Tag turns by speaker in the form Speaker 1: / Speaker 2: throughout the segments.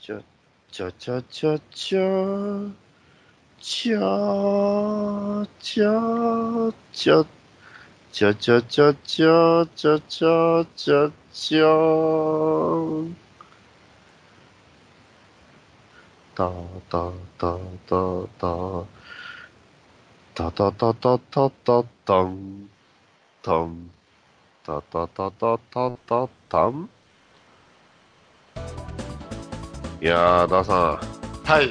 Speaker 1: チャチャチャチャチャチャチャチャチャチャチャチャチャチャチャチャタタタタタタタタタタタタンタンタタタタタタタンいやー、ダーさ
Speaker 2: はい、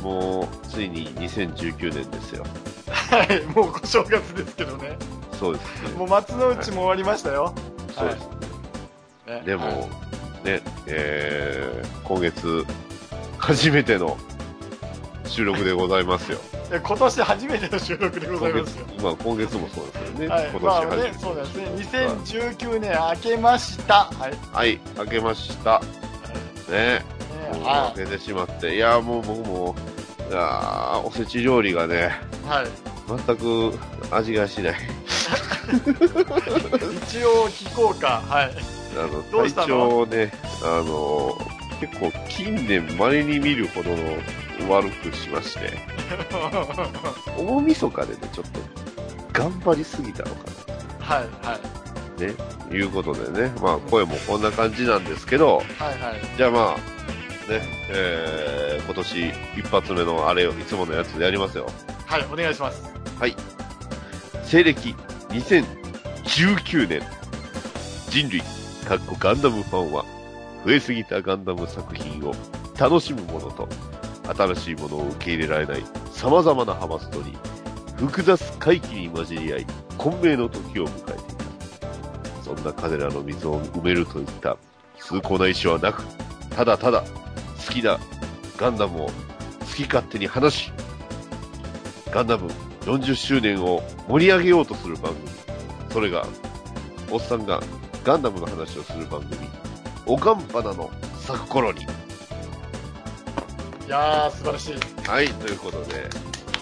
Speaker 1: ん、もうついに2019年ですよ。
Speaker 2: はい、もうご正月ですけどね、
Speaker 1: そうですね。
Speaker 2: もう松の内も終わりましたよ。
Speaker 1: そうです
Speaker 2: ね
Speaker 1: で
Speaker 2: はい
Speaker 1: も、ね、えー、今月、初めての収録でございますよ。
Speaker 2: いや今年初めての収録で ござ
Speaker 1: 今
Speaker 2: いま
Speaker 1: 月
Speaker 2: すよ。、
Speaker 1: まあ今月もそうですよね。
Speaker 2: はい、
Speaker 1: 今
Speaker 2: ま
Speaker 1: 年
Speaker 2: あ
Speaker 1: 初め
Speaker 2: ね
Speaker 1: て、。
Speaker 2: そうですね。2019年明けました。はい。ね
Speaker 1: はい、明けました。ね、もう
Speaker 2: は
Speaker 1: 明けてしまって。いやー、もう僕も、いやーおせち料理がね、
Speaker 2: い。はい。
Speaker 1: 全く味がしない。
Speaker 2: 一応聞こうか。はい。
Speaker 1: あの
Speaker 2: どう
Speaker 1: 体
Speaker 2: したの
Speaker 1: 調をね、あの結構近年まれに見るほどの悪くしまして、大晦日でね、ちょっと頑張りすぎたのか
Speaker 2: はいはい
Speaker 1: な、ね、いうことでね、まあ声もこんな感じなんですけど、
Speaker 2: はいはい。
Speaker 1: じゃあまあ、ね、えー、今年一発目のあれをいつものやつでやりますよ。
Speaker 2: はい、お願いします。
Speaker 1: 西暦2019年人類かっこガンダムファンは増えすぎたガンダム作品を楽しむものと新しいものを受け入れられない様々なハマストに複雑回帰に混じり合い混迷の時を迎えていたそんな彼らの溝を埋めるといった崇高な意志はなくただただ好きなガンダムを好き勝手に話しガンダム40周年を盛り上げようとする番組。それが、おっさんがガンダムの話をする番組、おかんぱなの咲く頃に。
Speaker 2: いやー、素晴らしい。
Speaker 1: はい、ということで、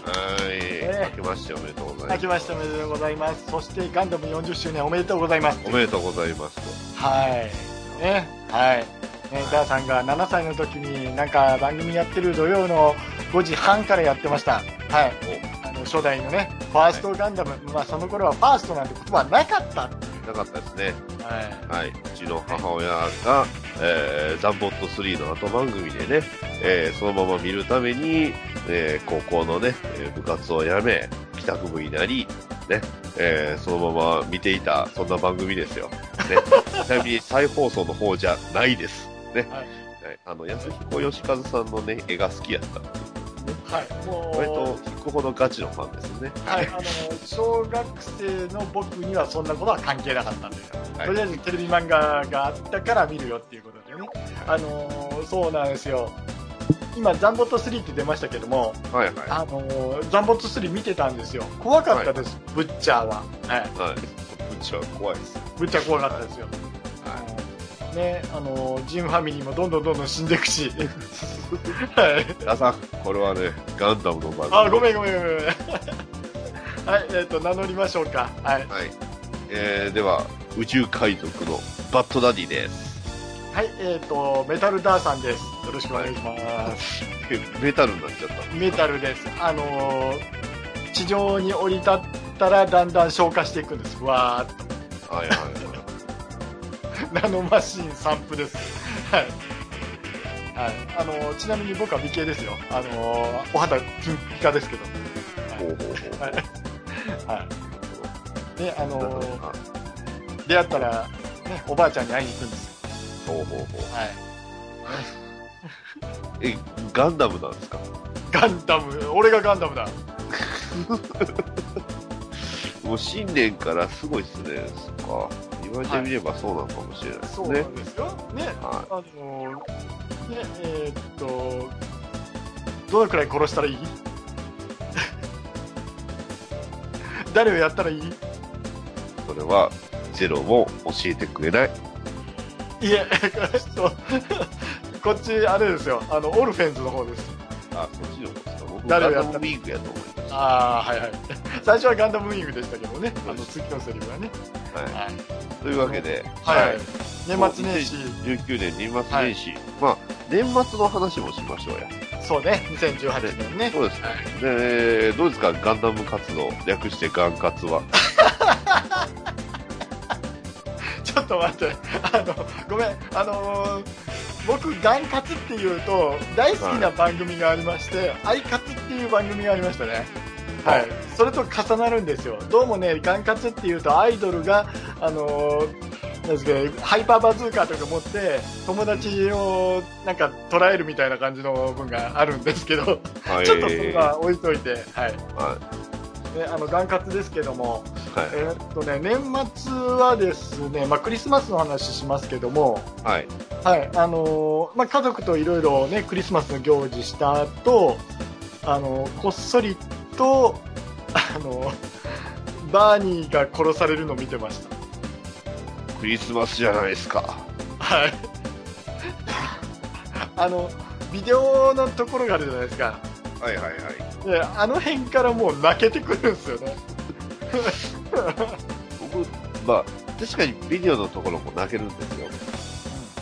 Speaker 1: はい、
Speaker 2: え
Speaker 1: 明けましておめでとうございます。
Speaker 2: 明けましておめでとうございます。そしてガンダム40周年おめでとうございます。
Speaker 1: おめでとうございますと。
Speaker 2: はい。ね、はい。ね、ダーさんが7歳の時になんか番組やってる土曜の5時半からやってました。はい。あの初代のね、ファーストガンダム、まあその頃はファーストなんて言葉はなかった。
Speaker 1: なかったですね。
Speaker 2: は
Speaker 1: はい。うちの母親が、えー、ザンボット3の後番組でね、えーそのまま見るために、えー高校のね、えー部活を辞め、帰宅部になり、ね、えーそのまま見ていた、そんな番組ですよ。ね、 ちなみに再放送の方じゃないです。ね。
Speaker 2: はい
Speaker 1: はいあの、安彦義和さんのね、絵が好きやったっていうことでね。
Speaker 2: はい。もう、
Speaker 1: 割と引くほどガチのファンですね。
Speaker 2: はい、あの小学生の僕にはそんなことは関係なかったんですよ、
Speaker 1: はい
Speaker 2: とりあえずテレビ漫画があったから見るよっていうことでね、あのーそうなんですよ今ザンボット3って出ましたけども、
Speaker 1: はいはい。
Speaker 2: あのーザンボット3見てたんですよ怖かったです、ブッチャーは、はい、
Speaker 1: はい。ぶっちゃ怖いです。
Speaker 2: ブッチャー怖かったですよ、
Speaker 1: は
Speaker 2: ねあのージムファミリーもどんどんどんどん死んでいくし、 はい
Speaker 1: い。皆さん、これはね、ガンダムの番組。
Speaker 2: あごめんごめんごめん はいえっ、と名乗りましょうかはい
Speaker 1: はい。えー、では、宇宙海賊のバッドダディです。
Speaker 2: はい、えっ、と、メタルダーさんです。よろしくお願いします。
Speaker 1: メタルになっちゃった。
Speaker 2: メタルです。あのー、地上に降り立ったらだんだん消化していくんです。わーっ
Speaker 1: はいはい はい。
Speaker 2: と。ナノマシン散布です。はい。はい。あのー、ちなみに僕は美形ですよ。あのー、お肌ピンピカですけど。
Speaker 1: ほうほうほう。
Speaker 2: はいはい。で、あのー、
Speaker 1: あ
Speaker 2: 出会ったら、ね、おばあちゃんに会いに行くんですよ。
Speaker 1: ほうほうほう。
Speaker 2: はい。
Speaker 1: え、ガンダムなんですか
Speaker 2: ガンダム、俺がガンダムだ。
Speaker 1: もう新年からすごいっすね。そっか。言われてみればそうなのかもしれないです
Speaker 2: そう
Speaker 1: ね
Speaker 2: な。んですよ。ね、
Speaker 1: は
Speaker 2: あのねえーっとどのくらい殺したらいい 誰をやったらいいい
Speaker 1: い。それは、ゼロも教えてくれない。
Speaker 2: ええっと こっちあれですよあのオルフェンズの方です
Speaker 1: あ、そっちの方ですか僕、ガ
Speaker 2: 誰を
Speaker 1: ン
Speaker 2: や
Speaker 1: ダ
Speaker 2: った
Speaker 1: ムウィークやと思いました。は
Speaker 2: ああはいはい 最初はガンダムウィングでしたけどねあの次のセリフはねはい
Speaker 1: い。というわけで、
Speaker 2: はい、年末年始
Speaker 1: 19年年末年始、まあ、年末の話もしましょうや。
Speaker 2: そうね、2018年ね。
Speaker 1: そうですね。で、どうですか、ガンダム活動、略してガン活は。
Speaker 2: ちょっと待って、あの、ごめん、あのー僕、ガンカツっていうと、大好きな番組がありまして、アイカツっていう番組がありましたね。は
Speaker 1: はい
Speaker 2: い、それと重なるんですよ。どうもね、ガンカツっていうと、アイドルが、あのーなんですかハイパーバズーカとか持って、友達をなんか捉えるみたいな感じの分があるんですけど、
Speaker 1: はい
Speaker 2: ちょっとそれは置いといて、はい。
Speaker 1: は
Speaker 2: ね、あの、ガンカツですけども、
Speaker 1: い。はい。
Speaker 2: えーっとね、年末はですね、まあ、クリスマスの話しますけども、
Speaker 1: はい。
Speaker 2: はいあのーまあ、家族といろいろねクリスマスの行事した後、あのーこっそりと、あのーバーニーが殺されるのを見てました。
Speaker 1: クリスマスじゃないですか。
Speaker 2: はいあのビデオのところがあるじゃないですか、
Speaker 1: はいはいはい。
Speaker 2: であの辺からもう泣けてくるんですよね、
Speaker 1: 僕、まあ、確かにビデオのところも泣けるんですよ。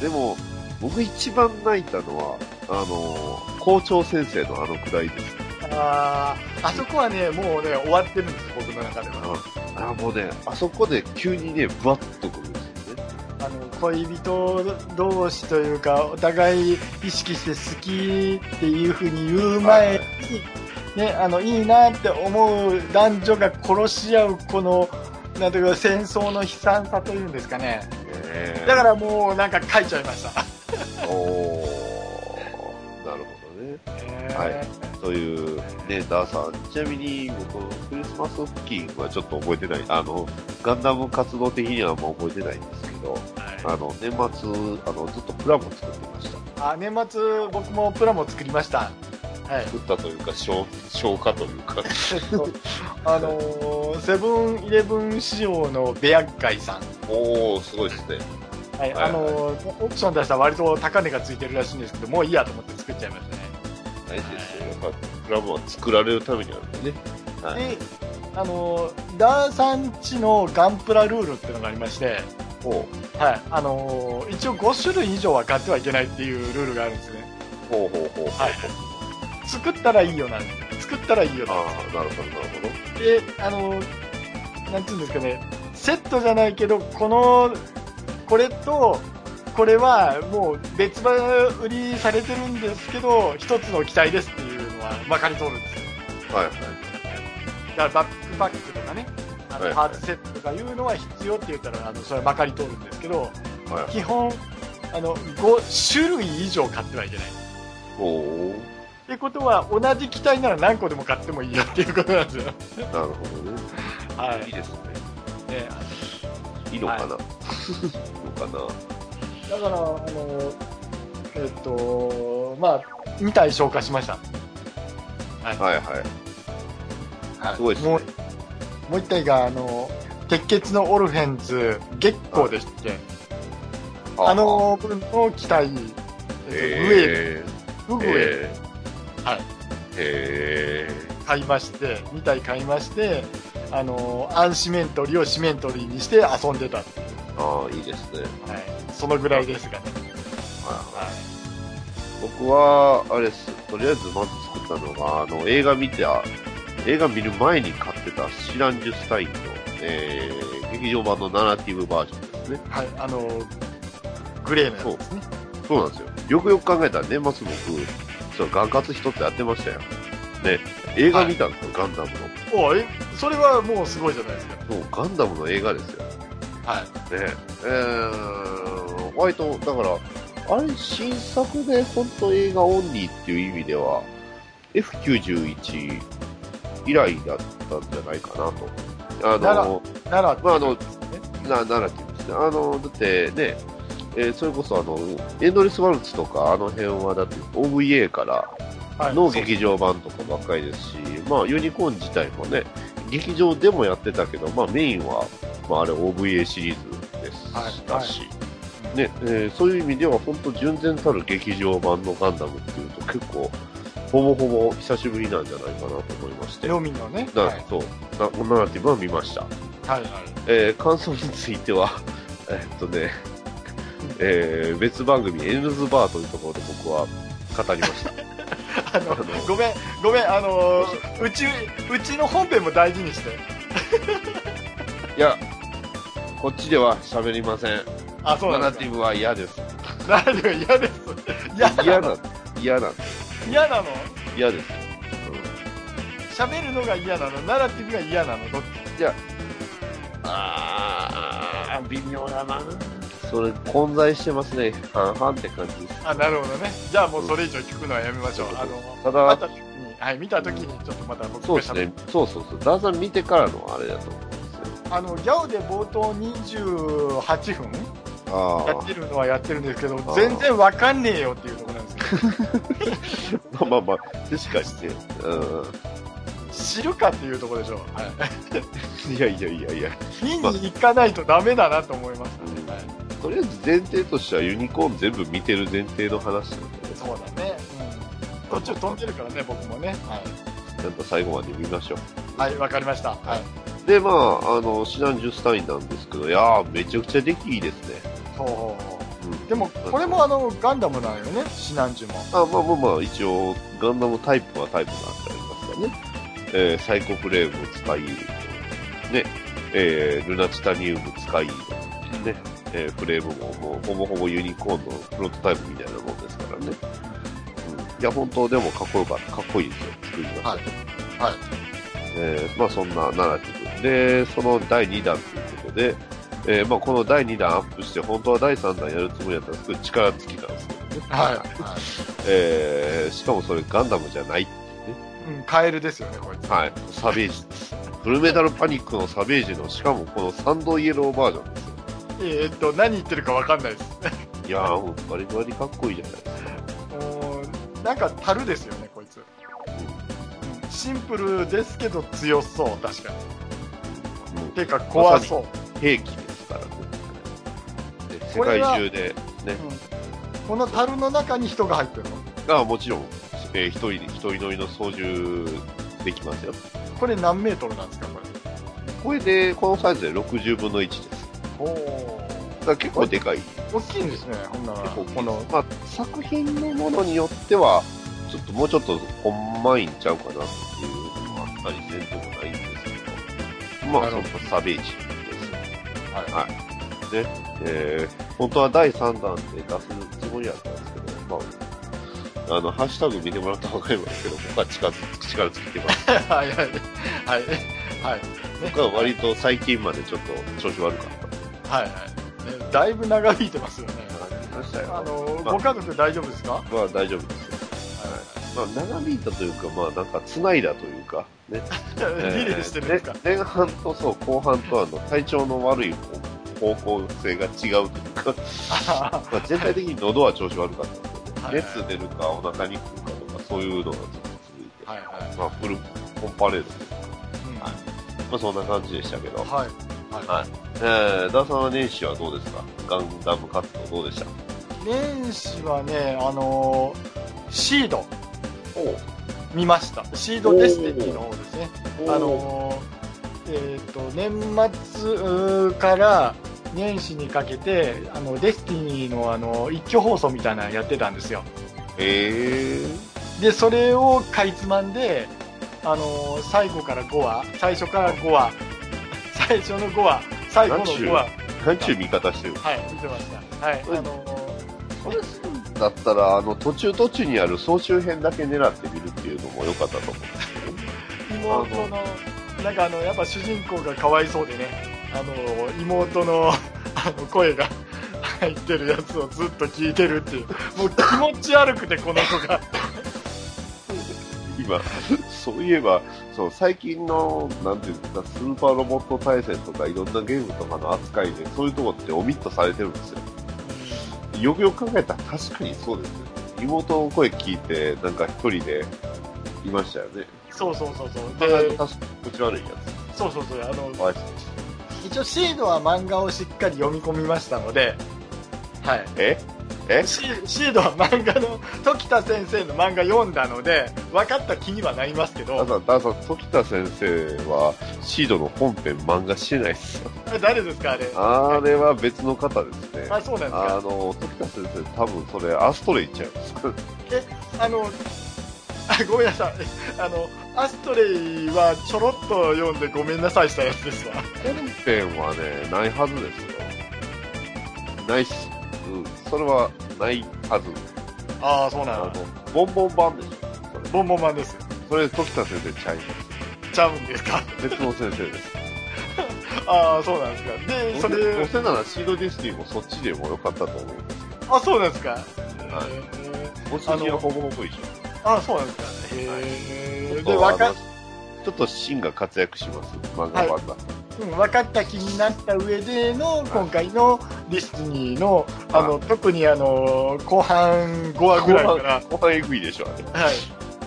Speaker 1: でも、僕一番泣いたのは、あのー校長先生のあのくらいです。
Speaker 2: あーあそこはね、もうね、終わってるんです、僕の中では。
Speaker 1: ああ、もうね、あそこで急にね、ぶわっとくるんですよね。
Speaker 2: あの恋人同士というかお互い意識して好きっていうふうに言う前に、ね、あのいいなって思う男女が殺し合うこのなんていうか戦争の悲惨さというんですかね
Speaker 1: え
Speaker 2: だからもうなんか書いちゃいました、
Speaker 1: ら、おー、なるほどね。
Speaker 2: え
Speaker 1: という、ね、ダーさん、ちなみに、僕、クリスマス付近はちょっと覚えてない、あの、ガンダム活動的にはもう覚えてないんですけど、
Speaker 2: ーはい
Speaker 1: あの、年末、あの、ずっとプラモ作ってました。
Speaker 2: あ年末僕もプラモ作りましたはい
Speaker 1: 作ったというか、消消化というか、
Speaker 2: あのーセブンイレブン仕様のベアッガイさん
Speaker 1: おー、すごいですね。
Speaker 2: はい、
Speaker 1: はい
Speaker 2: あのーオプション出したら割と高値がついてるらしいんですけどもういいやと思って作っちゃいましたね
Speaker 1: 大事ですよ。やっぱ、プラモは作られるためにあるんでね。はい。
Speaker 2: で、あのーダーさんちのガンプラルールっていうのがありまして、
Speaker 1: ほ
Speaker 2: はいあのー一応5種類以上は買ってはいけないっていうルールがあるんですね
Speaker 1: うほうほうほう。
Speaker 2: はい作ったらいいよなんです作ったらいいよなん
Speaker 1: ああ、なるほど、なるほど。
Speaker 2: ですであのーなんていうんですかねセットじゃないけどこのこれとこれはもう別売りされてるんですけど一つの機体ですっていうのは分かり通るんですよ
Speaker 1: はいはい。
Speaker 2: だからバックパックとかね、あ
Speaker 1: はい
Speaker 2: のパーツセットとかいうのは必要って言ったら、あのそれはまかり通るんですけど、
Speaker 1: はい。
Speaker 2: 基本、あの5種類以上買ってはいけない。っ
Speaker 1: おー、
Speaker 2: てことは、同じ機体なら何個でも買ってもいいよっていうことなんですよ。
Speaker 1: なるほどね。
Speaker 2: はい
Speaker 1: いいですね。
Speaker 2: ね、
Speaker 1: いいのかな、 い、いのかな
Speaker 2: だから、あの、えっと、まあ、2体消化しました。
Speaker 1: はいはい。すごいですね
Speaker 2: もう。もう1体が、あの、鉄血のオルフェンズ、月光でしたっけ
Speaker 1: あ
Speaker 2: あの分の機体、えっ
Speaker 1: えー、
Speaker 2: と、ウエル、ウグエル。
Speaker 1: えー、
Speaker 2: はい。
Speaker 1: え
Speaker 2: 買いまして2体買いましてあのアンシメントリーをシメントリーにして遊んでた、
Speaker 1: ー、
Speaker 2: は
Speaker 1: ああ、いいですね。
Speaker 2: い、そのぐらいですがね、
Speaker 1: はい
Speaker 2: は
Speaker 1: 僕は、あれです。とりあえずまず作ったのが、あの、映画見て、あ映画見る前に買ってたシランジュスタインの、えー、劇場版のナラティブバージョンですね。
Speaker 2: いはい、あのグレーのやつですね
Speaker 1: そうなんですよ。よくよく考えたら年末僕、そう、ガンカツ一つやってましたよ。ね、映画見たんですよ、ガンダムの。
Speaker 2: おいそれはもうすごいじゃないですか
Speaker 1: そう、ガンダムの映画ですよ。
Speaker 2: はい
Speaker 1: ねえー、割と、だから、あれ、新作で、本当映画オンリーっていう意味では、F91 以来だったんじゃないかなと。あ
Speaker 2: なら
Speaker 1: の、
Speaker 2: 奈良
Speaker 1: まあ、あの、な、ならっていうんですね。あの、だってね、えーそれこそあの、エンドレスワルツとか、あの辺は、だって OVA から、
Speaker 2: はい
Speaker 1: の劇場版とかばっかりですし、まあ、ユニコーン自体もね、劇場でもやってたけど、まあ、メインは、まあ、あれ OVA シリーズでしたし、
Speaker 2: はい
Speaker 1: ねえーそういう意味では、本当、純然たる劇場版のガンダムっていうと、結構、ほぼほぼ久しぶりなんじゃないかなと思いまして、
Speaker 2: のみのね
Speaker 1: な
Speaker 2: はい
Speaker 1: そうなナラティブは見ました。
Speaker 2: はい
Speaker 1: えー感想については、えーっとね、えー別番組、エヌズバーというところで僕は語りました。
Speaker 2: あのごめんごめんあのーうちうちの本編も大事にして
Speaker 1: いや、こっちでは喋りません。
Speaker 2: あそう
Speaker 1: ナ
Speaker 2: な
Speaker 1: ナ
Speaker 2: ん
Speaker 1: テ
Speaker 2: で
Speaker 1: ィブは嫌です。
Speaker 2: すか何が嫌です嫌
Speaker 1: 嫌
Speaker 2: なの
Speaker 1: な、嫌な、
Speaker 2: 嫌なの
Speaker 1: 嫌です。
Speaker 2: 喋るのが嫌なのナラティブが嫌なのどっ
Speaker 1: あー、微妙だな。それ、混在してますね。半々って感じです。
Speaker 2: あなるほどねじゃあもうそれ以上聞くのはやめましょう
Speaker 1: そう
Speaker 2: あ
Speaker 1: そうそ
Speaker 2: の
Speaker 1: うただ
Speaker 2: また時にはい見た時にちょっとまた僕
Speaker 1: そう
Speaker 2: が
Speaker 1: です
Speaker 2: 喋る
Speaker 1: ね。そうそうそう。ダンさん見てからのあれだと思うんですよ。
Speaker 2: あのギャオで冒頭28分
Speaker 1: あ
Speaker 2: やってるのはやってるんですけど
Speaker 1: ー
Speaker 2: 全然わかんねえよっていうところなんです けど
Speaker 1: あ。 まあまあまあ、確かにね。う
Speaker 2: 知るかっていうところでしょう、はい
Speaker 1: ん。いやいやいやいや。
Speaker 2: 見に行かないとダメだなと思います、
Speaker 1: うん
Speaker 2: はい
Speaker 1: とりあえず前提としてはユニコーン全部見てる前提の話なんでね、
Speaker 2: そうだね、うん、途中飛んでるからね僕もね
Speaker 1: ちゃんと最後まで見ましょう。
Speaker 2: はいわ、かりました、はい、
Speaker 1: で、まあ、あの、シナンジュスタインなんですけど、いやー、めちゃくちゃ出来いいですね。
Speaker 2: ほうほうほ
Speaker 1: うん
Speaker 2: うでもこれもあのガンダムなんよねシナンジュも
Speaker 1: あまあまあまあ、一応、ガンダムタイプはタイプなんてありますからね。えーサイコフレームを使い、ね、えールナチタニウム使い、ね、えーフレームももうほぼほぼユニコーンのプロトタイプみたいなもんですからね。うん、いや、本当でもかっこよかった。かっこいいですよ。作りました。
Speaker 2: はいはい
Speaker 1: えーまあそんなナラティブ。で、その第2弾ということで、えーまあこの第2弾アップして、本当は第3弾やるつもりだったんですけど、力尽きたんですけどね。
Speaker 2: はい、
Speaker 1: えーしかもそれガンダムじゃないっていうね。
Speaker 2: うん、カエルですよねこいつ
Speaker 1: はい。サベージです。フルメタルパニックのサベージの、しかもこのサンドイエローバージョンですよ。
Speaker 2: えーっと何言ってるかわかんないです
Speaker 1: いやー、もうバリバリかっこいいじゃないですか。
Speaker 2: もうなんか樽ですよねこいつうんシンプルですけど強そう確かに
Speaker 1: もう
Speaker 2: ていうか怖そう、
Speaker 1: 兵器ですからね。で世
Speaker 2: これ
Speaker 1: 界
Speaker 2: は
Speaker 1: 中で、ね。
Speaker 2: うんこの樽の中に人が入ってるの
Speaker 1: あもちろん、えー一人で、一人乗りの操縦できますよ。
Speaker 2: これ何メートルなんですかこれ
Speaker 1: これで、このサイズで60分の1です。
Speaker 2: おお
Speaker 1: だから結構でかい。結
Speaker 2: 大きいんですねほんなら
Speaker 1: 構大きい
Speaker 2: この
Speaker 1: まあ、作品のものによっては、ちょっともうちょっとほんまいんちゃうかなっていうのもあったりせんでもないんですけど、まあ、
Speaker 2: な
Speaker 1: そ
Speaker 2: る
Speaker 1: の
Speaker 2: ほど
Speaker 1: サベージです。
Speaker 2: は
Speaker 1: は
Speaker 2: い
Speaker 1: い。ね、えー、本当は第3弾で出すつもりだったんですけど、まあ、あの、ハッシュタグ見てもらったらわかりますけど、僕は力つ、力つけてます。
Speaker 2: はいはいはいはい
Speaker 1: 僕は割と最近までちょっと調子悪かった。
Speaker 2: はいはいねだいぶ長引いてますよね
Speaker 1: ました
Speaker 2: あ
Speaker 1: よ。
Speaker 2: の
Speaker 1: まあ
Speaker 2: ご家族大丈夫ですか
Speaker 1: まあ、大丈夫ですよ。まあ、長引いたというか、まあ、なんか、繋いだというか、ね。
Speaker 2: リレーしてるんですか
Speaker 1: えー前前半とそう後半とあの体調の悪い方向性が違うというか、
Speaker 2: あ
Speaker 1: まあ、全体的に喉は調子悪かったんですけど、
Speaker 2: は
Speaker 1: 熱
Speaker 2: い
Speaker 1: 出るかお腹にくるかとかそういうのがずっと続いて、
Speaker 2: ーはいはい
Speaker 1: まあ、フルコンパレードというか、
Speaker 2: うん
Speaker 1: はまあ、そんな感じでしたけど、
Speaker 2: はいはい
Speaker 1: はいえー、ダーさんは年始はどうですかガンダム活動どうでした
Speaker 2: 年始はね、あのーシード見ました。シードデスティニーの方ですね。あのーえっ、と年末うーから年始にかけてあのデスティニーのあの一挙放送みたいなのやってたんですよ。
Speaker 1: えー、
Speaker 2: でそれをかいつまんで、あのー最後から5話、最初から5話、最初の5話、最後の5話、
Speaker 1: 何ちゅう見方してる
Speaker 2: はい見てました。はい。あのー
Speaker 1: それするんだったら、あの、途中途中にある総集編だけ狙ってみるっていうのも良かったと思う。
Speaker 2: 妹のなんかあのやっぱ主人公がかわいそうでねあの妹の あの声が入ってるやつをずっと聞いてるっていうもう気持ち悪くてこの子が
Speaker 1: 今、 そういえば、そう、最近の、なんていうんですか、スーパーロボット対戦とか、いろんなゲームとかの扱いで、そういうとこってオミットされてるんですよ。よくよく考えたら確かにそうですね。妹の声聞いて、なんか一人で、いましたよね。
Speaker 2: そうそうそうそう
Speaker 1: ただ、確
Speaker 2: で
Speaker 1: かに口悪いや
Speaker 2: そうそうそうあの
Speaker 1: つ。はい。
Speaker 2: 一応シードは漫画をしっかり読み込みましたのではい
Speaker 1: えええ
Speaker 2: シシードは漫画の時田先生の漫画読んだので分かった気にはなりますけ
Speaker 1: ただ、
Speaker 2: ど
Speaker 1: ただ、時田先生は、シードの本編漫画してないっす。
Speaker 2: 誰ですかあれ
Speaker 1: あれは別の方ですね。
Speaker 2: あそうなんです
Speaker 1: あ
Speaker 2: か
Speaker 1: の、時田先生、多分それ、アストレイちゃうんですか。
Speaker 2: あのあごめんなさいあのアストレイはちょろっと読んでごめんなさいしたやつですわ
Speaker 1: 本編はね、ないはずですよ。ないし、うん、それはないはず。
Speaker 2: ああそう
Speaker 1: あ
Speaker 2: な
Speaker 1: の
Speaker 2: の、
Speaker 1: ボンボン版でしょ。
Speaker 2: ボンボン版です
Speaker 1: それ、時田先生ちゃいます。
Speaker 2: ちゃうんですか
Speaker 1: 別の先生です。
Speaker 2: ああそうなんですかでそ
Speaker 1: どう
Speaker 2: れ
Speaker 1: せならシードディスティもそっちでもよかったと思うんです
Speaker 2: あそうなんですか、
Speaker 1: は
Speaker 2: へ
Speaker 1: けど、お筋はほぼほぼ一緒。
Speaker 2: ーあそうなんですかへえ、
Speaker 1: ちょっ
Speaker 2: で
Speaker 1: と
Speaker 2: わ
Speaker 1: あ
Speaker 2: か
Speaker 1: のちょっとシンが活躍します、漫画版だ。
Speaker 2: うん、分かった気になった上での今回のディスティニーのあの特にあの後半5話ぐらいから、
Speaker 1: 後半えぐいでしょ、あれ。
Speaker 2: はい、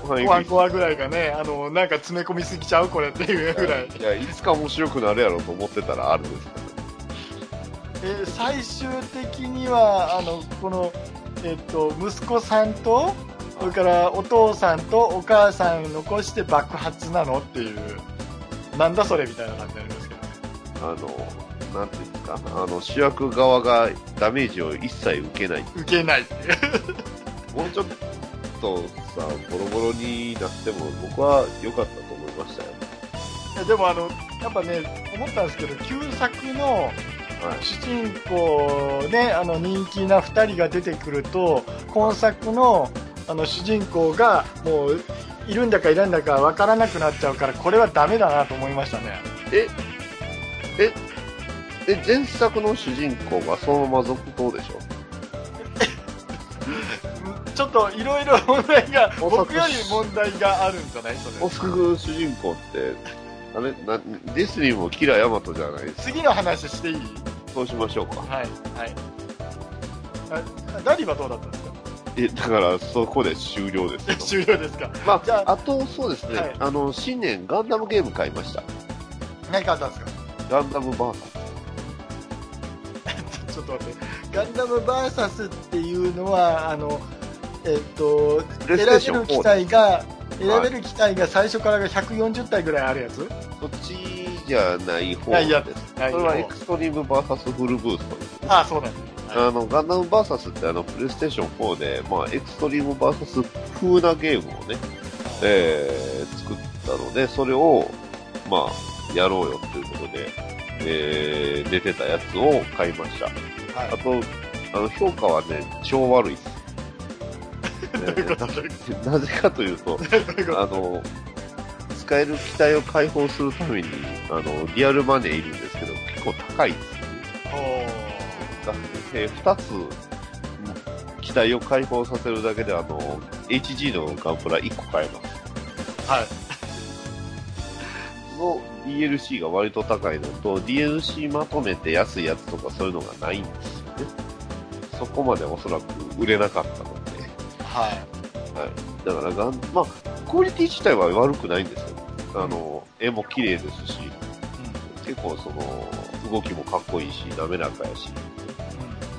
Speaker 1: 後半え
Speaker 2: 後半
Speaker 1: ぐい
Speaker 2: 5話ぐらいがねあのなんか詰め込みすぎちゃうこれっていうぐらい、
Speaker 1: いや、いつか面白くなるやろうと思ってたらあるんですけどね。
Speaker 2: えー最終的にはあのこの、えっと息子さんとそれからお父さんとお母さん残して爆発なのっていうなんだそれみたいな感じになりますけどね
Speaker 1: あの、なんていうんですか、あの、主役側がダメージを一切受けない。
Speaker 2: 受けないっていう
Speaker 1: もうちょっとさ、ボロボロになっても僕は良かったと思いましたよ。
Speaker 2: いやでもあのやっぱね思ったんですけど旧作の
Speaker 1: はい。
Speaker 2: 主人公ねあの人気な2人が出てくると今作のあの主人公がもういるんだかいらんだか分からなくなっちゃうからこれはダメだなと思いましたね
Speaker 1: え、え、え、前作の主人公がそのまま続投でしょ
Speaker 2: うんちょっといろいろ問題が
Speaker 1: おそらく
Speaker 2: 僕より問題があるんじゃないそ
Speaker 1: もう
Speaker 2: れ
Speaker 1: すぐ主人公って、あれなディスニーもキラヤマトじゃないですか。
Speaker 2: 次の話していい
Speaker 1: そうしましょうか。
Speaker 2: はいはいあダリはどうだったんですか。
Speaker 1: え、だからそこで終了ですよ
Speaker 2: 終了ですか
Speaker 1: ま
Speaker 2: じゃ
Speaker 1: あ、
Speaker 2: あ
Speaker 1: あとそうですね、
Speaker 2: はい
Speaker 1: あの、新年ガンダムゲーム買いました。
Speaker 2: 何かあったんですか
Speaker 1: ガンダムバーサス。
Speaker 2: ちょっと待って、ガンダム VS っていうのは、あのえっと
Speaker 1: プレイス
Speaker 2: 選べ
Speaker 1: テーション
Speaker 2: る機体が、選
Speaker 1: はい
Speaker 2: べる機体が最初からが140体ぐらいあるやつ、
Speaker 1: そっちじゃない方
Speaker 2: ないや
Speaker 1: です。
Speaker 2: そ
Speaker 1: それはエクストリームバーサスフルブーストです。
Speaker 2: あそうなんだ、は
Speaker 1: あの、ガンダムバーサスってあの、プレイステーション4で、まあ、エクストリームバーサス風なゲームをね、えー、作ったので、それを、まあ、やろうよっていうことで、えー、出てたやつを買いました。
Speaker 2: はい
Speaker 1: あと、あの、評価はね、超悪いっす。
Speaker 2: どういうことどういうこ
Speaker 1: えーなぜかというと、
Speaker 2: とどういうこと
Speaker 1: あの、使える機体を解放するために、あの、リアルマネーいるんですけど、結構高いですね。
Speaker 2: おー
Speaker 1: だえ2つ、機体を解放させるだけで、あの、HG のガンプラ1個買えます。
Speaker 2: はい
Speaker 1: の DLC が割と高いのと、DLC まとめて安いやつとかそういうのがないんですよね。そこまでおそらく売れなかったので。
Speaker 2: はい
Speaker 1: だからガン、まあ、クオリティ自体は悪くないんですよ。あの、絵も綺麗ですし、結構その、動きもかっこいいし、滑らかやし。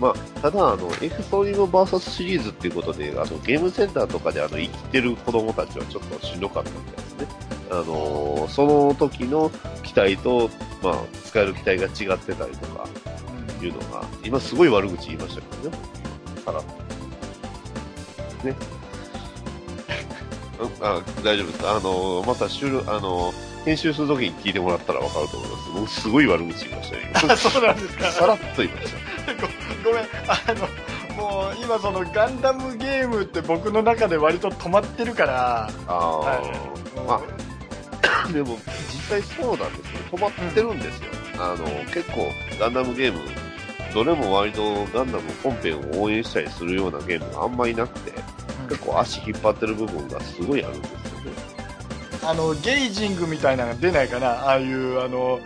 Speaker 1: まあ、ただ、あの、エクストリーム VS シリーズっていうことで、あの、ゲームセンターとかで、あの、生きてる子供たちはちょっとしんどかったみたいですね。あのーその時の機体と、まあ、使える機体が違ってたりとか、
Speaker 2: うんうん
Speaker 1: いうのが、今すごい悪口言いましたけどね。 さらっと。ね。ああ大丈夫です。あのーまた収録、あのー編集するときに聞いてもらったらわかると思います。もうすごい悪口言いましたね。
Speaker 2: あ そうなんです
Speaker 1: 今
Speaker 2: か
Speaker 1: さらっと言いました。
Speaker 2: ご めんあのもう今そのガンダムゲームって僕の中で割と止まってるから
Speaker 1: あー
Speaker 2: はい
Speaker 1: まあ、でも実際そうなんですよ。止まってるんですよ。あの、結構ガンダムゲーム、どれも割とガンダム本編を応援したりするようなゲームがあんまりなくて、結構足引っ張ってる部分がすごいあるんですよね。
Speaker 2: あのゲイジングみたいなのが出ないかなああいうあの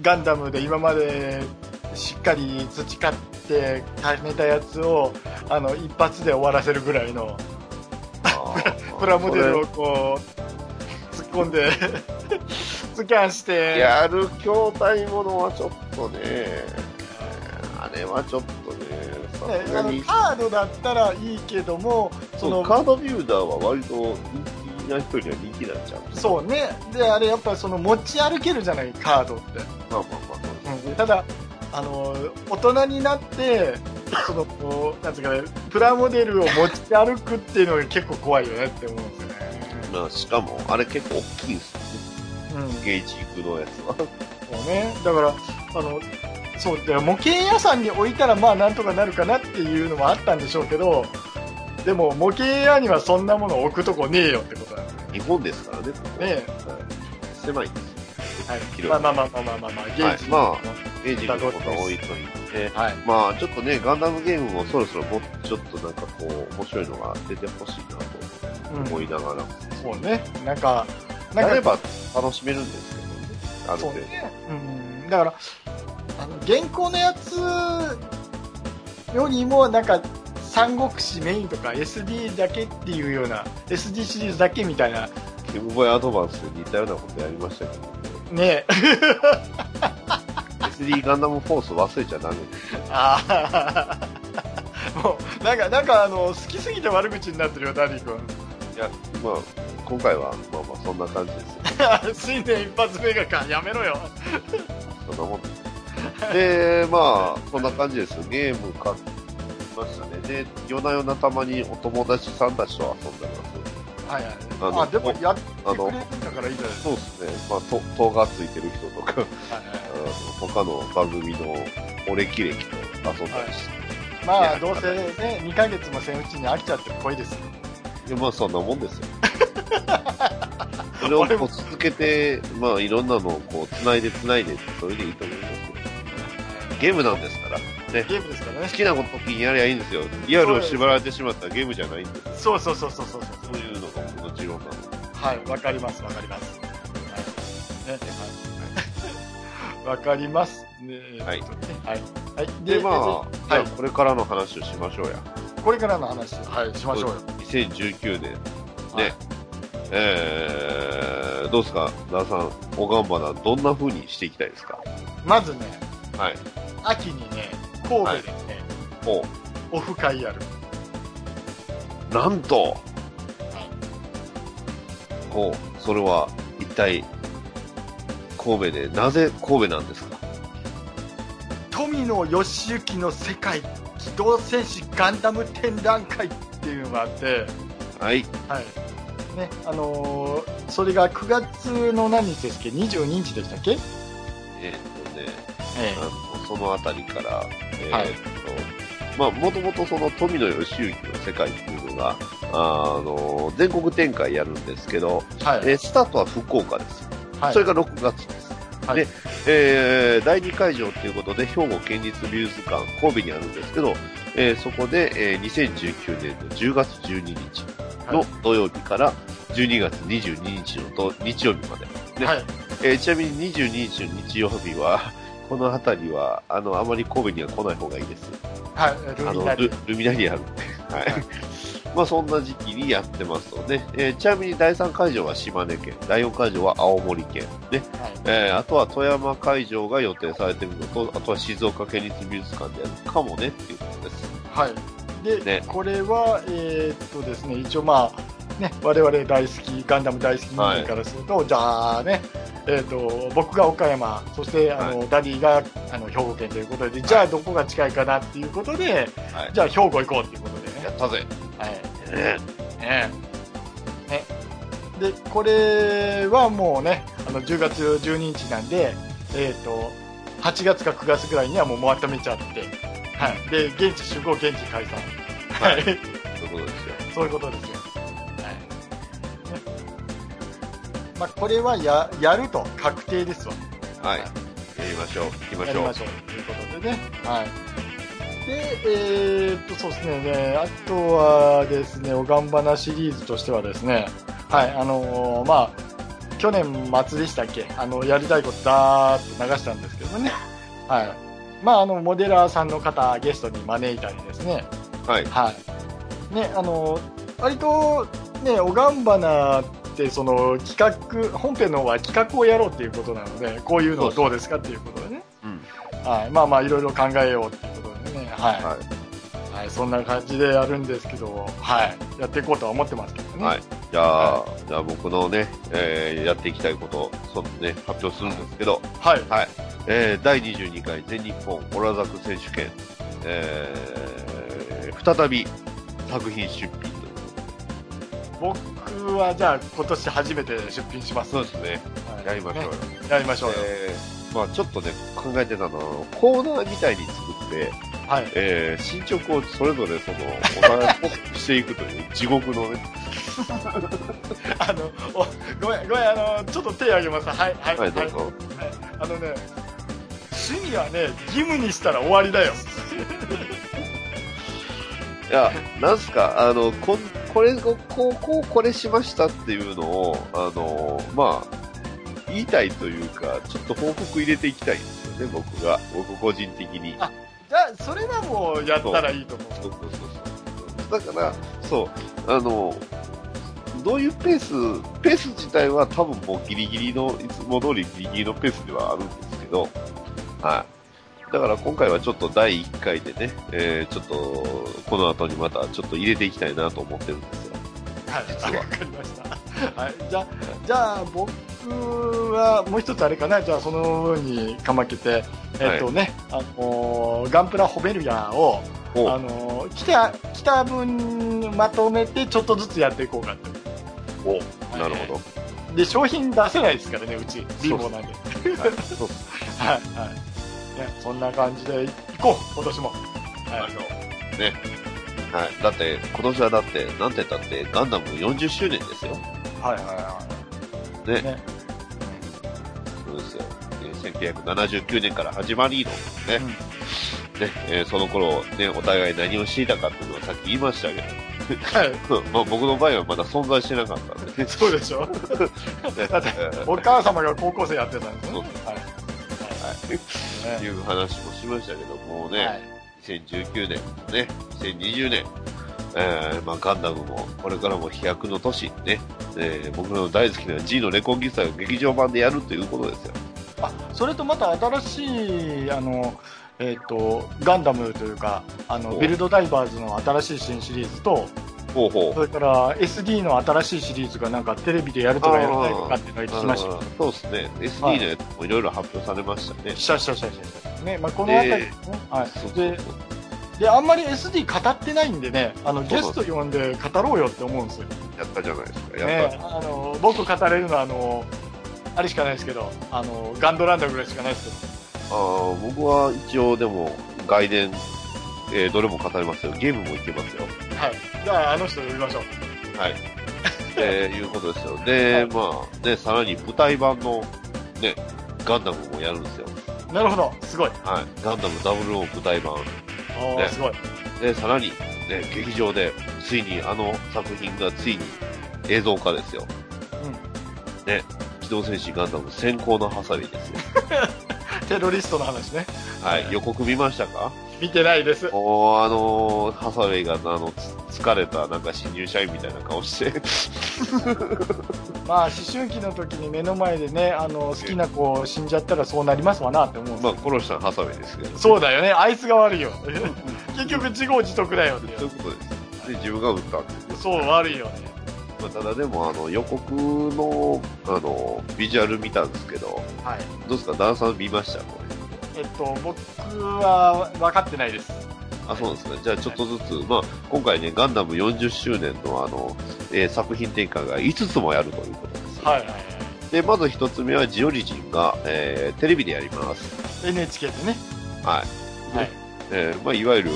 Speaker 2: ガンダムで今までしっかり培って貯めたやつをあの一発で終わらせるぐらいの
Speaker 1: あー
Speaker 2: プラモデルをこう突っ込んで スキャンし
Speaker 1: それ
Speaker 2: て
Speaker 1: やる筐体ものはちょっとね、あれはちょっとね、
Speaker 2: で
Speaker 1: さ
Speaker 2: すね
Speaker 1: す
Speaker 2: あ
Speaker 1: がに
Speaker 2: のカードだったらいいけどもそ
Speaker 1: そ
Speaker 2: の
Speaker 1: うカードビルダーは割と人気な人には人気なんちゃう
Speaker 2: そうねであれやっぱその持ち歩けるじゃないカードって、
Speaker 1: まあまあまあそうです
Speaker 2: うんただあの大人になってそのこうなんつうかねプラモデルを持ち歩くっていうのが結構怖いよねって思うんですよね
Speaker 1: まあ、しかも、あれ結構大きいんですよね。
Speaker 2: うん
Speaker 1: ゲージ行くのやつは。
Speaker 2: そうねだからあのそうで模型屋さんに置いたらまあなんとかなるかなっていうのもあったんでしょうけどでも模型屋にはそんなもの置くとこねえよってことなんですよね
Speaker 1: 日本ですからね、ここ。は
Speaker 2: ね
Speaker 1: い狭いんですよ。
Speaker 2: はい、
Speaker 1: 広い
Speaker 2: まあまあまあまあまあまあ、まあ、ゲージ
Speaker 1: まゲージのことは置いといて。
Speaker 2: はい、
Speaker 1: まあ、ちょっとね、ガンダムゲームもそろそろもうちょっとなんかこう、面白いのが出てほしいなと
Speaker 2: うん
Speaker 1: 思いながら、
Speaker 2: そうねなんかなん
Speaker 1: や
Speaker 2: か
Speaker 1: れば楽しめるんですけどね、ある
Speaker 2: そう
Speaker 1: 程度。
Speaker 2: ね、うん、だからあの現行のやつよりもなんか三国志メインとか SD だけっていうような SD シリーズだけみたいな
Speaker 1: ゲームボーイアドバンスで似たようなことやりましたけど、ね、
Speaker 2: ね
Speaker 1: SD ガンダムフォース忘れちゃダメです。
Speaker 2: ああ もうなんかなんかあの好きすぎて悪口になってるよダディ君
Speaker 1: いや、まあ、今回は、まあまあ、そんな感じですよ。
Speaker 2: 新年一発目がかやめろよ
Speaker 1: そんなもんです。で、まあ、そんな感じです。ゲーム買いましたね。で、夜な夜なたまにお友達さんたちと遊んでます。
Speaker 2: はいはい
Speaker 1: あ
Speaker 2: あ
Speaker 1: の
Speaker 2: でもやって
Speaker 1: あ
Speaker 2: くれ
Speaker 1: の
Speaker 2: る、んだからいいじゃないです
Speaker 1: そうですね。まあ、と、塔がついてる人とか、
Speaker 2: か、はいはい
Speaker 1: あの他の番組のオレキレキと遊んだりして。
Speaker 2: まあどうせね2ヶ月もせんうちに飽きちゃってる恋ですよ
Speaker 1: いやまあ、そんなもん ですよ。それをこう続けて、まあ、いろんなのをこう、繋いで繋いでって、それでいいと思いますよ。ゲームなんですから。
Speaker 2: ゲームですからね
Speaker 1: 好きなことにやりゃいいんですよ。リアルを縛られてしまったらゲームじゃないんですよ。
Speaker 2: そうそうそうそうそうそう
Speaker 1: そういうのがもちろんなので。
Speaker 2: はいわかりますわかりますはいねはいわかりますね
Speaker 1: はい
Speaker 2: はいはい
Speaker 1: で、まあ、じゃ
Speaker 2: は
Speaker 1: あ
Speaker 2: い
Speaker 1: これからの話をしましょうや。
Speaker 2: これからの話はいしましょうよ
Speaker 1: 2019年。
Speaker 2: はい
Speaker 1: ね。えー、どうですか、奈良さん、おがんばな、どんな風にしていきたいですか
Speaker 2: まずね
Speaker 1: はい。
Speaker 2: 秋にね神戸でね
Speaker 1: お
Speaker 2: オフ会やる
Speaker 1: なんとおそれは、一体、神戸で、なぜ神戸なんですか
Speaker 2: 富野義行の世界機動戦士ガンダム展覧会っていうのがあって
Speaker 1: はい。
Speaker 2: はい。ね、あのーそれが9月の何日ですっけ ?22 日でしたっけ
Speaker 1: え
Speaker 2: え
Speaker 1: ーっとね、
Speaker 2: え
Speaker 1: あのそのあたりから、えー
Speaker 2: はい
Speaker 1: とまあ、もともとその富野義行の世界っていうのが、あの、全国展開やるんですけど、
Speaker 2: はい。
Speaker 1: えースタートは福岡です。
Speaker 2: はい
Speaker 1: それが6月です。
Speaker 2: はい
Speaker 1: で、えー第2会場ということで、兵庫県立美術館、神戸にあるんですけど、えーそこで、えー2019年の10月12日の土曜日から12月22日のと日曜日まで。ね
Speaker 2: はい。
Speaker 1: えーちなみに22日の日曜日は、 この辺りは、あの、あまり神戸には来ない方がいいです。
Speaker 2: はい。ル
Speaker 1: あ
Speaker 2: ミ
Speaker 1: の
Speaker 2: ナリ
Speaker 1: ルルミナリアルって、はい、 まあそんな時期にやってますので、えーちなみに第3会場は島根県、第4会場は青森県、ね
Speaker 2: ア。はい。
Speaker 1: えーあとは富山会場が予定されているのと、あとは静岡県立美術館でやるかもねっていうことです。
Speaker 2: はい。で、
Speaker 1: ね
Speaker 2: これは、えーっとですね、一応まあ、ね、我々大好き、ガンダム大好き人間からすると、じゃあね、えーっと、僕が岡山、そして、あの、ダディが、あの、兵庫県ということで、じゃあどこが近いかなっていうことで、
Speaker 1: はい
Speaker 2: じゃあ兵庫行こうっていうことで
Speaker 1: や
Speaker 2: ね。
Speaker 1: ったぜ、
Speaker 2: はい。
Speaker 1: ね
Speaker 2: ねねでこれはもうねあの10月12日なんで、えー、と8月か9月ぐらいにはもうまとめちゃって、はい、で現地集合現地解散
Speaker 1: は
Speaker 2: はいい
Speaker 1: そういうことですよ。
Speaker 2: そういうことですよ、はいねまあ、これはややると確定ですわ
Speaker 1: はい。
Speaker 2: は
Speaker 1: やりましょう。行きま
Speaker 2: や
Speaker 1: し
Speaker 2: り
Speaker 1: ょう
Speaker 2: ま。しょうということでね。はい。で、えーっと、そうですねあとはですね、おがんばなシリーズとしてはですね、はい、あのーまあ、去年末でしたっけ、あの、やりたいことだーっと流したんですけどもね、はい。まあ、あの、モデラーさんの方、ゲストに招いたりですね、
Speaker 1: はい。
Speaker 2: はい。ね、あの、割と、ね、おがんばなって、その、企画、本編の方は企画をやろうっていうことなので、こういうのはどうですかっていうことでね。
Speaker 1: うん。
Speaker 2: はい、まあまあいろいろ考えようっていうことでね、はい
Speaker 1: は
Speaker 2: はい、そんな感じでやるんですけど、はい、やっていこうとは思ってますけどね。
Speaker 1: はいじゃあ、じゃあ僕のね、えーやっていきたいことを、そのね、発表するんですけど、
Speaker 2: はい。
Speaker 1: はい。えー第22回全日本オラザク選手権、えー再び作品出品と。
Speaker 2: 僕はじゃあ今年初めて出品します。
Speaker 1: そうですね。
Speaker 2: はい
Speaker 1: やりましょうよ。
Speaker 2: ねやりましょうよ。
Speaker 1: えーまあちょっとね、考えてたのは、コーナーみたいに作って、
Speaker 2: はい。
Speaker 1: えー進捗をそれぞれその、お互い報告していくという地獄のね、
Speaker 2: あの、おごめん、ごめん、あの、ちょっと手挙げます。はい、はい、
Speaker 1: は、
Speaker 2: はいい。
Speaker 1: ど
Speaker 2: は
Speaker 1: う
Speaker 2: い
Speaker 1: ぞ。
Speaker 2: あのね、趣味はね、義務にしたら終わりだよ。
Speaker 1: いや、なんすか、あの、こん、これ、こう、こう、これしましたっていうのを、あの、まあ、言いたいというか、ちょっと報告入れていきたいんですよね、僕が。僕個人的に。
Speaker 2: あじゃあ、それらもやったらいいと思う。
Speaker 1: そうそうそうそう。だから、そう、あの、どういうペース、ペース自体は多分もうギリギリの、いつも通りギリギリのペースではあるんですけど、はい。だから今回はちょっと第1回でね、えーちょっと、この後にまたちょっと入れていきたいなと思ってるんですよ。
Speaker 2: はい、
Speaker 1: 実は
Speaker 2: わかりました。はい、じゃあ、じゃあ僕はもう一つあれかな、じゃあそのようにかまけて、えっとね、あのーガンプラ褒めるやを、
Speaker 1: お
Speaker 2: あのー来た、来た分まとめてちょっとずつやっていこうかって。
Speaker 1: おなるほど。
Speaker 2: で、商品出せないですからね、うち、貧乏なんで。
Speaker 1: そう
Speaker 2: はい、はい。ね、そんな感じでいこう、今年も。はい、
Speaker 1: ね。はい。だって、今年はだって、なんて言ったって、ガンダム40周年ですよ。
Speaker 2: はい、はい
Speaker 1: ね。
Speaker 2: ね
Speaker 1: そうですよ。えー1979年から始まりの、ね。
Speaker 2: うん
Speaker 1: ね、えーその頃、ね、お互い何をしていたかっていうのはさっき言いましたけ
Speaker 2: はい。はい、
Speaker 1: ど、 まあ僕の場合はまだ存在してなかったんでね。
Speaker 2: そうでしょ。
Speaker 1: ね
Speaker 2: だって
Speaker 1: えー
Speaker 2: お母様が高校生やってたんです
Speaker 1: そ
Speaker 2: ね
Speaker 1: う。
Speaker 2: はい。
Speaker 1: はい。いう話もしましたけど、もうね、
Speaker 2: はい
Speaker 1: 2019年、ね、2020年、えー、まあガンダムも、これからも飛躍の年、ね、えー僕の大好きな G のレコンギスタを劇場版でやるということですよ。
Speaker 2: あそれとまた新しいあの、えー、とガンダムというかあ
Speaker 1: お
Speaker 2: の
Speaker 1: う
Speaker 2: ビルドダイバーズの新しい新シリーズと
Speaker 1: ほうほう
Speaker 2: そ。れから SD の新しいシリーズがなんかテレビでやるとかやらないとかっていうのを聞きました
Speaker 1: あーそうですね。SD のやつもいろいろ発表されましたね。
Speaker 2: シャシャシャシャシャねまあ、この辺りですね、
Speaker 1: そう
Speaker 2: はい、
Speaker 1: そう
Speaker 2: で
Speaker 1: そう
Speaker 2: であんまり SD 語ってないんでねあの
Speaker 1: そう
Speaker 2: ゲ
Speaker 1: そう
Speaker 2: スト呼んで語ろうよって思うんですよ、
Speaker 1: やったじゃないですか。やっ
Speaker 2: ね、あの僕語れるのはあのあれしかないですけどあのガンドランダぐらいしかないですけど
Speaker 1: た。あー僕は一応でも外伝、えーどれも語りますよ。ゲームもいけますよ。
Speaker 2: はい、じゃああの人呼びましょう
Speaker 1: はい。えー、いうことですよ。で、まあ、ね、さらに舞台版の、ね、ガンダムもやるんですよ。
Speaker 2: なるほどすごい
Speaker 1: はい。ガンダム00舞台版。
Speaker 2: あー
Speaker 1: ね
Speaker 2: すごい
Speaker 1: で、さらに、ね、劇場で、ついにあの作品がついに映像化ですよ。
Speaker 2: うん
Speaker 1: 機動戦士ガンダム先行のハサミですよ。
Speaker 2: テロリストの話ね。
Speaker 1: はい。予告見ましたか
Speaker 2: 見てないです。
Speaker 1: もう、あのーハサウェイが、あの、つ疲れた、なんか新入社員みたいな顔して、
Speaker 2: まあ、思春期の時に目の前でね、あの、好きな子死んじゃったらそうなりますわなって思うんです
Speaker 1: まあ、
Speaker 2: よ。
Speaker 1: 殺したのはハサウェイですけど。
Speaker 2: そうだよね。あいつが悪いよ。 結局自業自得だよね
Speaker 1: そう。いうことです。で、自分が撃ったんですよ。
Speaker 2: そう、悪いよね。
Speaker 1: まあ、ただでも、あの、予告の、あの、ビジュアル見たんですけど、
Speaker 2: はい。
Speaker 1: どうですか、ダンさん見ましたこれ。
Speaker 2: えっと、僕は分かってないです。
Speaker 1: あ、そうなんですね。じゃあ、ちょっとずつ、まあ、今回ね、ガンダム40周年の、あの、えー作品展開が5つもやるということです。
Speaker 2: はいはいはい。
Speaker 1: で、まず1つ目は、ジオリジンが、えーテレビでやります。
Speaker 2: NHK でね。
Speaker 1: はい。
Speaker 2: はい。
Speaker 1: えーまあ、いわゆる、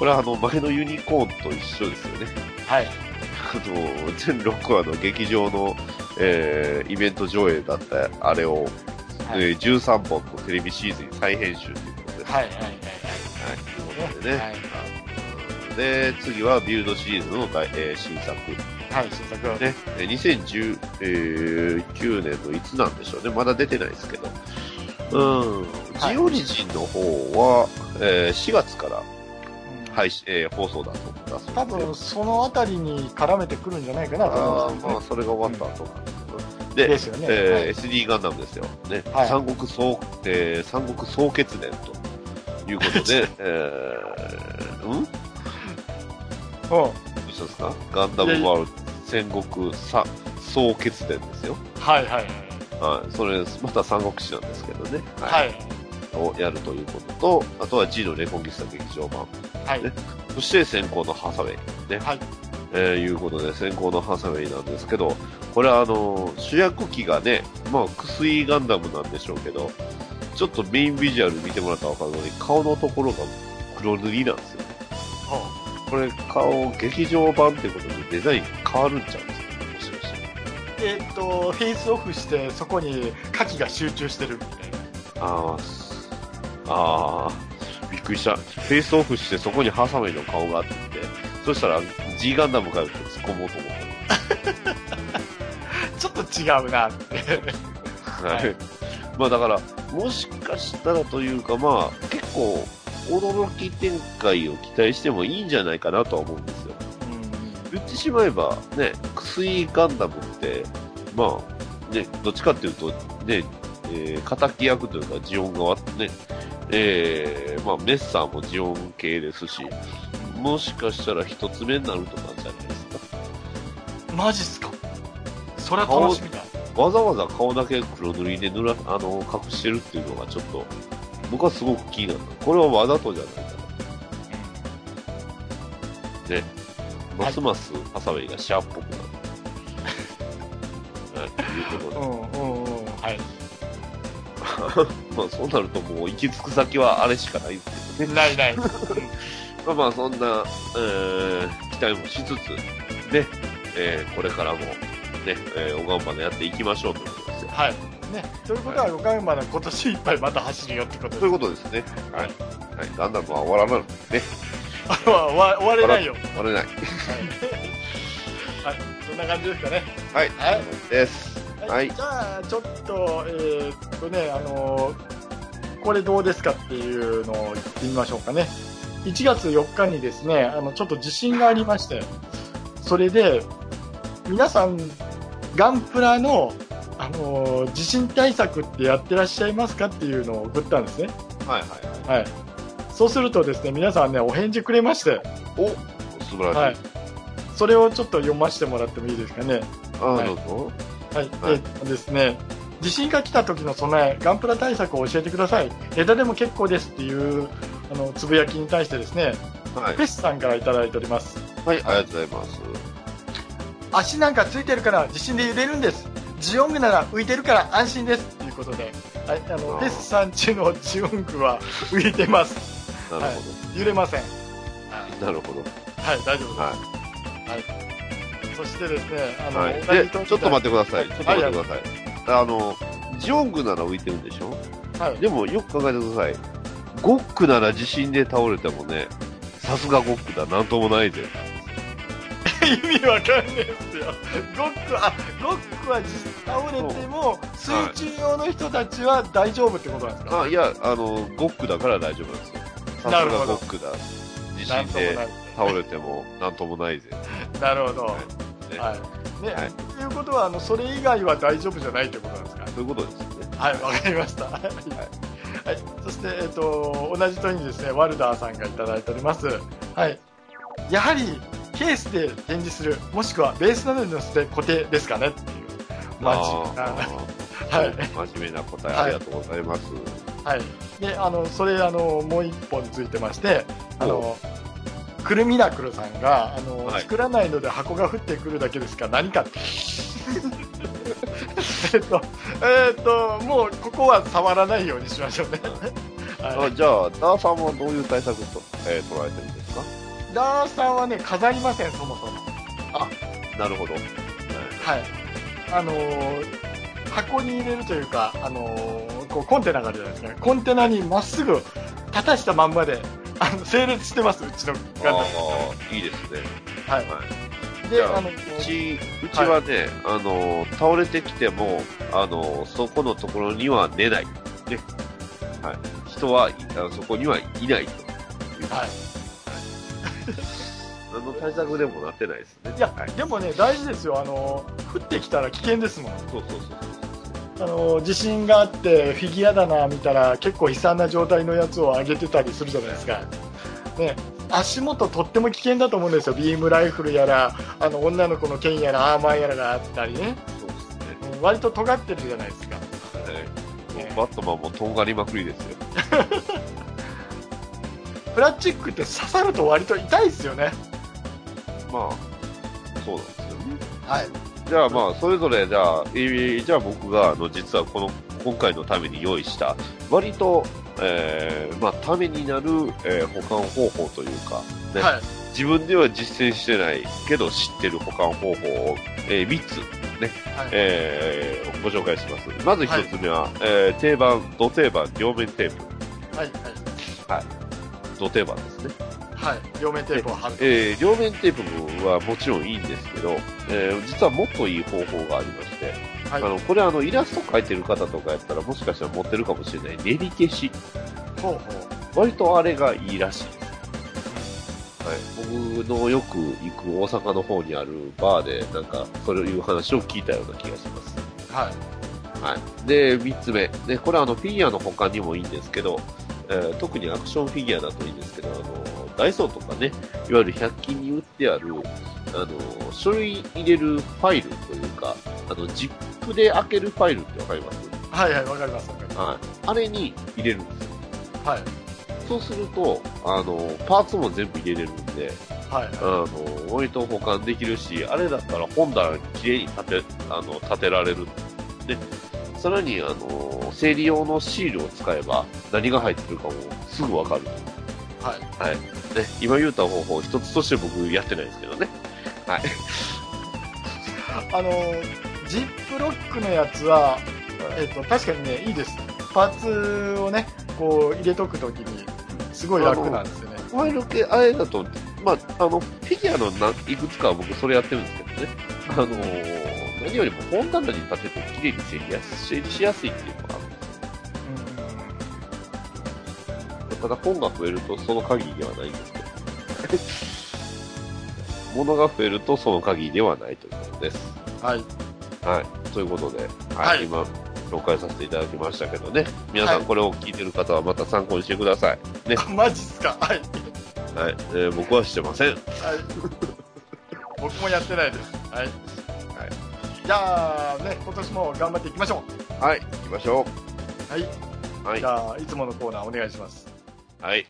Speaker 1: これはあの前のユニコーンと一緒ですよね。
Speaker 2: はい。
Speaker 1: あの全6話の劇場の、えーイベント上映だったあれを、
Speaker 2: はい。
Speaker 1: えー13本のテレビシーズンに再編集ということです。
Speaker 2: はいはいはい
Speaker 1: はい。ということで
Speaker 2: はい。
Speaker 1: ね。
Speaker 2: はい。
Speaker 1: で、次はビルドシリーズの大、えー新作。
Speaker 2: はい、新作。
Speaker 1: ね。えー2019年のいつなんでしょうね。まだ出てないですけど。うん。
Speaker 2: はい
Speaker 1: ジオリジンの方は、えー4月から
Speaker 2: うん
Speaker 1: 配信、えー放送だと思います。
Speaker 2: 多分、そのあたりに絡めてくるんじゃないかなと
Speaker 1: あ
Speaker 2: 思うん
Speaker 1: ーま
Speaker 2: ですよ
Speaker 1: あ、
Speaker 2: ね。
Speaker 1: それが終わった後なんですけどで
Speaker 2: ですよね。はい
Speaker 1: えー SD ガンダムですよ。ね。
Speaker 2: はい
Speaker 1: 三国総、えー 三国総決年ということで、えー、ん
Speaker 2: おう
Speaker 1: どうしたんですかガンダムワールド戦国さ総決伝ですよ。
Speaker 2: はいはいはい。
Speaker 1: はい。それ、また三国志なんですけどね。
Speaker 2: はい。
Speaker 1: をやるということと、あとは G のレコンギスタ劇場版。
Speaker 2: はい。
Speaker 1: ねそして先行のハサウェイ。ね。
Speaker 2: はい。
Speaker 1: えーいうことで、先行のハサウェイなんですけど、これはあのー主役機がね、まあ、薬ガンダムなんでしょうけど、ちょっとメインビジュアル見てもらったらわかるのに、顔のところが黒塗りなんですよ。
Speaker 2: おう
Speaker 1: これ、顔、劇場版ってことでデザイン変わるんちゃうんですかもしかして
Speaker 2: えーっと、フェイスオフして、そこに火器が集中してるみたいな。
Speaker 1: あーすあー、びっくりした。フェイスオフしてそこにハサウェイの顔があって、そしたら G ガンダムから突っ込もうと思った。
Speaker 2: ちょっと違うなって。
Speaker 1: はいい、まあだから、もしかしたらというか、まあ、結構、驚き展開を期待してもいいんじゃないかなとは思うんですよ。言ってしまえば、ね、薬ガンダムって、まあ、ね、どっちかっていうと、ね、えー、敵役というか、ジオン側、ね、えー、まあ、メッサーもジオン系ですし、もしかしたら一つ目になるとなんじゃないですか。
Speaker 2: マジっすかそれは楽しみだ。
Speaker 1: わざわざ顔だけ黒塗りで塗らあの隠してるっていうのがちょっと僕はすごく気になったこれはわざとじゃないかなね
Speaker 2: はい
Speaker 1: ますますハサウェイがシャアっぽくなる、はい、ということ
Speaker 2: う
Speaker 1: で
Speaker 2: んうんうん。はい。
Speaker 1: まあそうなるともう行き着く先はあれしかないですけどね
Speaker 2: ない ない。
Speaker 1: まあまあそんな、えー期待もしつつで、えーこれからもね、えー、おがんばのやっていきましょうということですよ
Speaker 2: はい。ね、ということは、ロカウンマの今年いっぱいまた走るよってこと
Speaker 1: と
Speaker 2: で
Speaker 1: いう
Speaker 2: す。
Speaker 1: ことですねはい、はい、ガンダムは終わらないね
Speaker 2: あれは終わ終われ ないよ。はい。
Speaker 1: 終わらない
Speaker 2: はい、そんな感じですかね。
Speaker 1: はい、
Speaker 2: はい
Speaker 1: です。はい
Speaker 2: じゃあ、ちょっと、えーっとね、あのーこれどうですかっていうのを言ってみましょうかね。1月4日にですね、あの、ちょっと地震がありまして、それで、皆さん、ガンプラの、あのー地震対策ってやってらっしゃいますかっていうのを送ったんですね。
Speaker 1: はいはい。
Speaker 2: はい。そうするとですね、皆さんね、お返事くれまして、
Speaker 1: お素晴
Speaker 2: は
Speaker 1: ら
Speaker 2: い
Speaker 1: しい。。
Speaker 2: それをちょっと読ませてもらってもいいですかね。
Speaker 1: あ
Speaker 2: は
Speaker 1: あ、
Speaker 2: い
Speaker 1: どうぞ。
Speaker 2: はい、
Speaker 1: はい
Speaker 2: えーとですね、地震が来た時の備え、ガンプラ対策を教えてください、枝でも結構ですっていうあのつぶやきに対して、ですね
Speaker 1: はい。
Speaker 2: ペスさんからいただいております、
Speaker 1: はい、ありがとうございます。
Speaker 2: 足なんかついてるから地震で揺れるんです、ジオングなら浮いてるから安心ですということで、はい、あの
Speaker 1: あー
Speaker 2: ペスさんちのジオングは浮いてます、
Speaker 1: なるほ
Speaker 2: 揺れません、
Speaker 1: ど。なるほど。
Speaker 2: はい、大丈夫です。
Speaker 1: は
Speaker 2: そしてですね、あの、
Speaker 1: はい。
Speaker 2: 同じ
Speaker 1: で、ち
Speaker 2: 時
Speaker 1: ょっと待ってください。ちょっと待ってください。あの、ジオングなら浮いてるんでしょ
Speaker 2: はい、
Speaker 1: でも、よく考えてください。ゴックなら地震で倒れてもね、さすがゴックだ、なんともないぜ。
Speaker 2: 意味わかんねえっすよ。ゴック、あ、ゴックは実倒れても、水中用の人たちは大丈夫ってことなんですか、
Speaker 1: あ、いや、あの、ゴックだから大丈夫なんですよ。さす
Speaker 2: な
Speaker 1: が
Speaker 2: るほど
Speaker 1: ゴックだ。地
Speaker 2: なん
Speaker 1: 震
Speaker 2: ともな
Speaker 1: で
Speaker 2: い。
Speaker 1: 倒れても、なんともないぜ。
Speaker 2: なるほど。は
Speaker 1: はい
Speaker 2: い。
Speaker 1: ね
Speaker 2: ね、
Speaker 1: はい
Speaker 2: ということは、あの、それ以外は大丈夫じゃないってことなんですか
Speaker 1: ということですね。
Speaker 2: はい、わかりました。はい。そして、えっ、と、同じ問いにですね、ワルダーさんがいただいております。はい。やはり、ケースで展示する、もしくはベースなどに乗せて固定ですかねっていう。マジな。
Speaker 1: は
Speaker 2: はい
Speaker 1: い、真面目な答えありがとうございます。
Speaker 2: はい、であのそれあのもう一本ついてましてあのくるみラクルさんがあの、
Speaker 1: はい
Speaker 2: 作らないので箱が降ってくるだけですか何かって えっとえっともうここは触らないようにしましょうね、は
Speaker 1: あじゃあ、ダーさんはどういう対策と、えー捉えてるんですか
Speaker 2: い、ダーさんはね飾りませんそもそも
Speaker 1: なるほど。
Speaker 2: はいあの箱に入れるというか、あのこうコンテナがあるじゃないですかコンテナにまっすぐ立たしたまんまであの整列してますうちのガンダム
Speaker 1: ああ、いいですね。
Speaker 2: はい
Speaker 1: は
Speaker 2: で、
Speaker 1: じゃあ
Speaker 2: あの、
Speaker 1: うち、うちはね、あの、倒れてきても、あの、そこのところには寝ない。ね。はい。人はいあのそこにはいないという。
Speaker 2: はい。
Speaker 1: 何の対策でもなってないですね。
Speaker 2: いや、
Speaker 1: はい。
Speaker 2: でもね、大事ですよ。あの、降ってきたら危険ですもん。あ
Speaker 1: そうそうそうそう
Speaker 2: の、地震があって、フィギュア棚見たら、結構悲惨な状態のやつを上げてたりするじゃないですか。ね、足元とっても危険だと思うんですよ。ビームライフルやら、あの、女の子の剣やら、アーマーやらがあったりね。
Speaker 1: そうです
Speaker 2: うん割と尖ってるじゃないです
Speaker 1: ね。
Speaker 2: か。
Speaker 1: はい。もうバットマンもとんがりまくりですよ。
Speaker 2: プラスチックって刺さると割と痛いですよね。
Speaker 1: まあ、そうなんですよね。
Speaker 2: はい。
Speaker 1: じゃあまあ、それぞれ、じゃあ、えーじゃあ僕が、あの、実はこの、今回のために用意した、割と、えー、まあ、ためになる、えー保管方法というか、ね
Speaker 2: はい。
Speaker 1: 自分では実践してないけど知ってる保管方法を、えー3つ、
Speaker 2: はい
Speaker 1: えーご紹介します。まず1つ目は、えー定番、土定番、両面テープ。
Speaker 2: はい。
Speaker 1: 土定番ですね。
Speaker 2: はい。はい。両面テープを貼る。
Speaker 1: えー両面テープはもちろんいいんですけど、えー実はもっといい方法がありまして、
Speaker 2: はい
Speaker 1: あのこれあのイラスト描いてる方とかやったらもしかしたら持ってるかもしれない練り消し。
Speaker 2: ほうほう。
Speaker 1: 割とあれがいいらしいです。はい、僕のよく行く大阪の方にあるバーで、なんか、そういう話を聞いたような気がします。
Speaker 2: はい。
Speaker 1: はい。で、3つ目。ね、これはあの、フィギュアの他にもいいんですけど、えー特にアクションフィギュアだといいんですけど、あの、ダイソーとかね、いわゆる100均に売ってある、あの、書類入れるファイルというか、あの、ジップで開けるファイルってわかります
Speaker 2: はいはい、わかります。わかりま
Speaker 1: はい。あれに入れるんですよ。
Speaker 2: すはい。
Speaker 1: そうすると、あの、パーツも全部入れれるんで、
Speaker 2: はい。
Speaker 1: あの、割と保管できるし、あれだったら本棚きれいに立て、あの、立てられる。で、さらに、あの、整理用のシールを使えば何が入ってるかもすぐわかる。ね、
Speaker 2: はい。
Speaker 1: 今言った方法一つとして僕やってないですけどね。
Speaker 2: あのージップロックのやつは、えっと確かにねいいですパーツをねこう入れとくときにすごい楽なんですよね
Speaker 1: ファイル系、あれだと、まあ、あの、フィギュアのないくつかは僕それやってるんですけどね。あの、何よりも本棚に立ててきれいに整理やす整理しやすいっていうのがあるただ本が増えるとその限りではないんですけど。物が増えるとその限りではないということです。
Speaker 2: うんはい
Speaker 1: はい。ということで、
Speaker 2: は
Speaker 1: はい。
Speaker 2: い
Speaker 1: 今、紹介させていただきましたけどね。皆さ
Speaker 2: は
Speaker 1: ん
Speaker 2: い
Speaker 1: これを聞いてる方はまた参考にしてください。
Speaker 2: あマジっすかはい、はい、
Speaker 1: はい。えー僕はしてません。
Speaker 2: 僕もやってないですはい、はい、じゃあね今年も頑張っていきましょ
Speaker 1: はい。行きましょ。
Speaker 2: うはいう
Speaker 1: はい
Speaker 2: じ。ゃあいつものコーナーお願いします
Speaker 1: はい。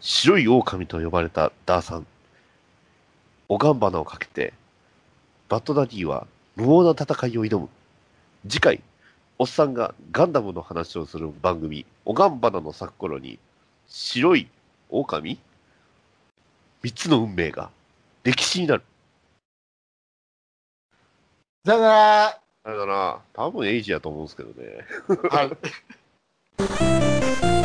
Speaker 1: 白い狼と呼ばれたダーさん。おがんばなをかけて、バッドダディは無謀な戦いを挑む。次回、おっさんがガンダムの話をする番組、おがんばなの咲く頃に、白い狼三つの運命が歴史になる。
Speaker 2: じゃあな
Speaker 1: あれだな、多分エイジやと思うんですけどね。
Speaker 2: らはい